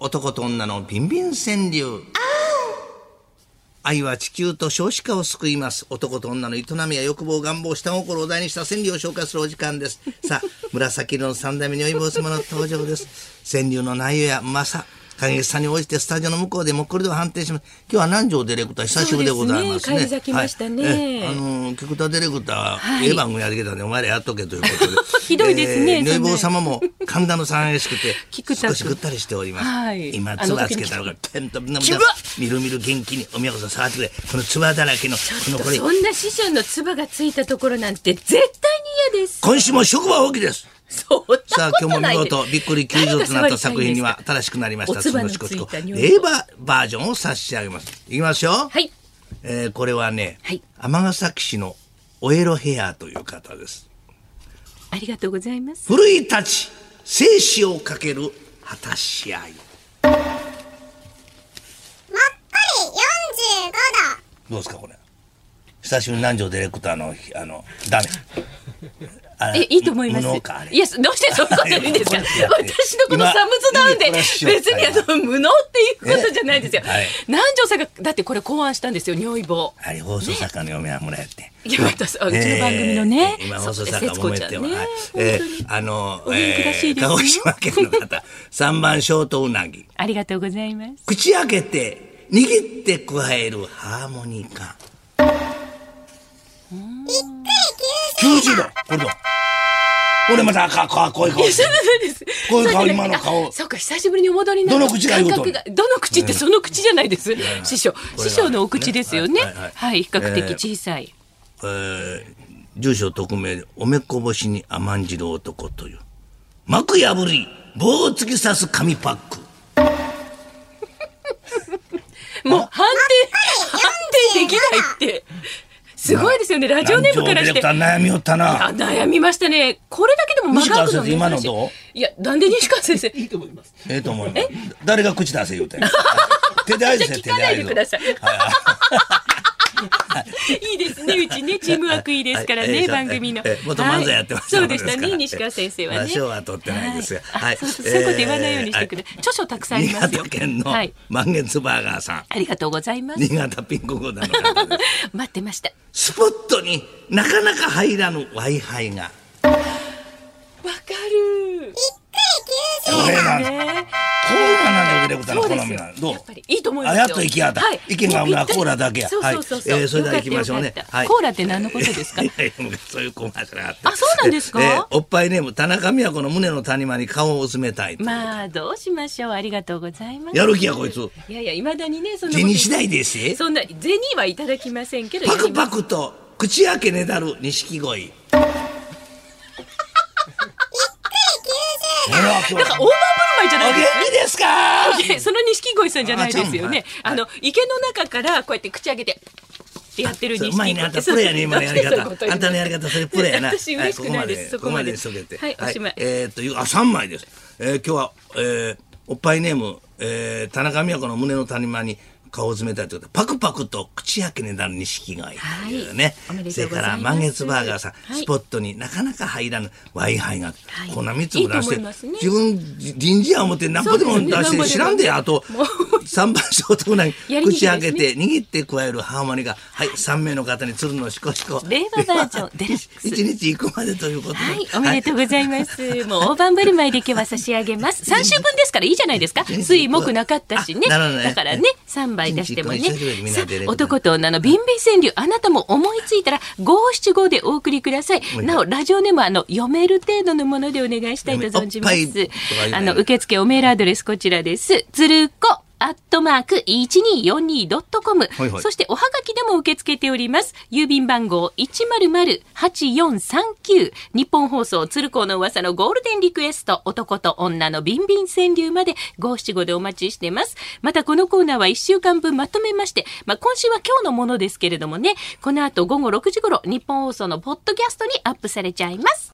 男と女のビンビン川柳。愛は地球と少子化を救います。男と女の営みや欲望、願望、下心を題にした川柳を紹介するお時間です。 さあ、紫色の三代目におい坊様の登場です。川柳の内容やうまさ、影さんに応じてスタジオの向こうでもこれでは判定します。今日は南條ディレクター、久しぶりでございますね。そうですね返り咲きましたねはいええあのー菊田ディレクター、はいええ番組やってきたんで、お前らやっとけということで。 ひどいですねええそんな、如意坊様も神田のさんしくて 菊田君少しぐったりしております。はい今、あのつば時つにけたのが、ペンとみんなキュバみるみる元気におみやこさん触ってくれこのつばだらけのこのこれそんな師匠の唾がついたところなんて絶対に嫌です。今週も職場放棄ですそんなことさあ今日も見事びっくり急上となった作品には誰が新しくなりましたおつばのつむしこついたち女こ房レーバーバージョンを差し上げますいきますよ、はい。えーこれはねはい尼、崎市のおエロヘアという方ですありがとうございます。奮い立ち生死をかける果たし合もっいこり45度。どうですかこれ久しぶりに南條ディレクターのあのダメあえ、いいと思います。無能かあれいや、どうしてそういうこと言うんですかいやいや私のこのサムズダウンで、今別にあの、無能っていうことじゃないですよ。はい南條さんが、だってこれ考案したんですよ、尿意棒。あれ放送作家の嫁はもらえて。いや、私、あうちの番組のね。えー今放そう送作家もめ節子ちてゃんも、ねはい。本え当にー、あの、お元気らしいです鹿よ児島県の方、3番ショートウナギ。ありがとうございます。 口開けて、握って加えるハーモニカ。90度これどう俺また赤、赤、こういう顔してる。こういう顔今の顔そうか、久しぶりにお戻りになどの口が言うとん感覚どの口ってその口じゃないです。師匠、これが師匠のお口ですよね。はいはいはいはい、比較えー的小さい。えー、住所匿名で、おめこぼしに甘んじる男という。幕破り、棒を突き刺す紙パック。もう判定、判定できないって。すごいですよね、ラジオネームか南條デらィレしクてタ。ー悩みよったな。あ悩みましたね。これだけでも間が空くの珍しい西川先生今のどういや、なんで西川先生。いええと思います。誰が口出せ言 うてん。手で合図せ、手じでゃあ聞かないで合図くださいはい ですね、うちね、チームワークいいですからはいえね、え番組のええ。元漫才やってましたはもいんそうでですしからたね、西川先生はまあね。賞は取ってないですがははいい。あそうそうそういうこと言わないようにしてくれ。著書たくさんあり新ます潟よ。県のはい。満月バーガーさん。ありがとうございます。新潟ピンクコーダーの方です。 待ってました。スポットになかなか入らぬ Wi-Fi が。わかる。これなんです。こういね。うのはなんでディレクターのそうで好すみよなんですどうやっぱりいいと思いまあ、すよ。やっと行きやった。意見が合うな、もぴったりコーラだけや。そうそうそうそう。はいえーそれではよ行かったきましょうねよかっ。たはいコーラって何のことですかい。やいや、昔そういうコマーシャルあって。あそうなんですかえーおっぱいネーム、田中美和子の胸の谷間に顔を薄めたいという。まあどうしましょう。ありがとうございます。やる気やこいつ。いやいや未だにねその銭次第ですよそんな銭はいただきませんけど。パクやパクと口開けねだる錦 鯉。これは今りますなんか大盤振る舞いじゃおない元で気ですすか。かでその錦鯉さんじゃないですよね。ああ,、違うのの池の中からこうやって口開けて。ってやってるそう錦うまいね、あんたプロやね、今のやり 方。あんたのやり方、それプロやな。私嬉しくないです。はいここまで、ここまでしとけて。はい、おしまい。えーっと、いうあ、三枚です。えー今日は、えーおっぱいネーム、えー田中美和子の胸の谷間に顔を詰めたいということで、パクパクと口開けねだる錦鯉というね。はいおめでそとれうごかざいますら、満月バーガーさん、はいスポットになかなか入らぬ Wi-Fi が、いこんな三つも出していいと思いますね自分、じ人事や思って何個でも出そしうですねて、知らんで、あともう、三番ショートぐらい、やりにくい口ですね開けて、握って加えるハーモニカ。はい、3名の方に鶴のしこしこ。令和バージョンデラックス1日行くまでということで。はい、おめでとうございます。もう大盤振る舞いで今日は差し上げます。三週分ですからいいじゃないですか。水木なかったしね。あなるほどねだからね、三杯出してもね一日一個一緒にみんなさでねあ男と女のビンビン川柳、あなたも思いついたら五七五でお送りください。いなおラジオネームはあの読める程度のものでお願いしたいと存じまおっぱいすとか言。うなあよの受付おメールアドレスこちらです。つるこ。アットマーク 1242.com、はいはいそしておはがきでも受け付けております。郵便番号100-8439。日本放送鶴光の噂のゴールデンリクエスト。男と女のビンビン川柳まで575でお待ちしてます。またこのコーナーは1週間分まとめまして、まあ、今週は今日のものですけれどもね、この後午後6時頃、日本放送のポッドキャストにアップされちゃいます。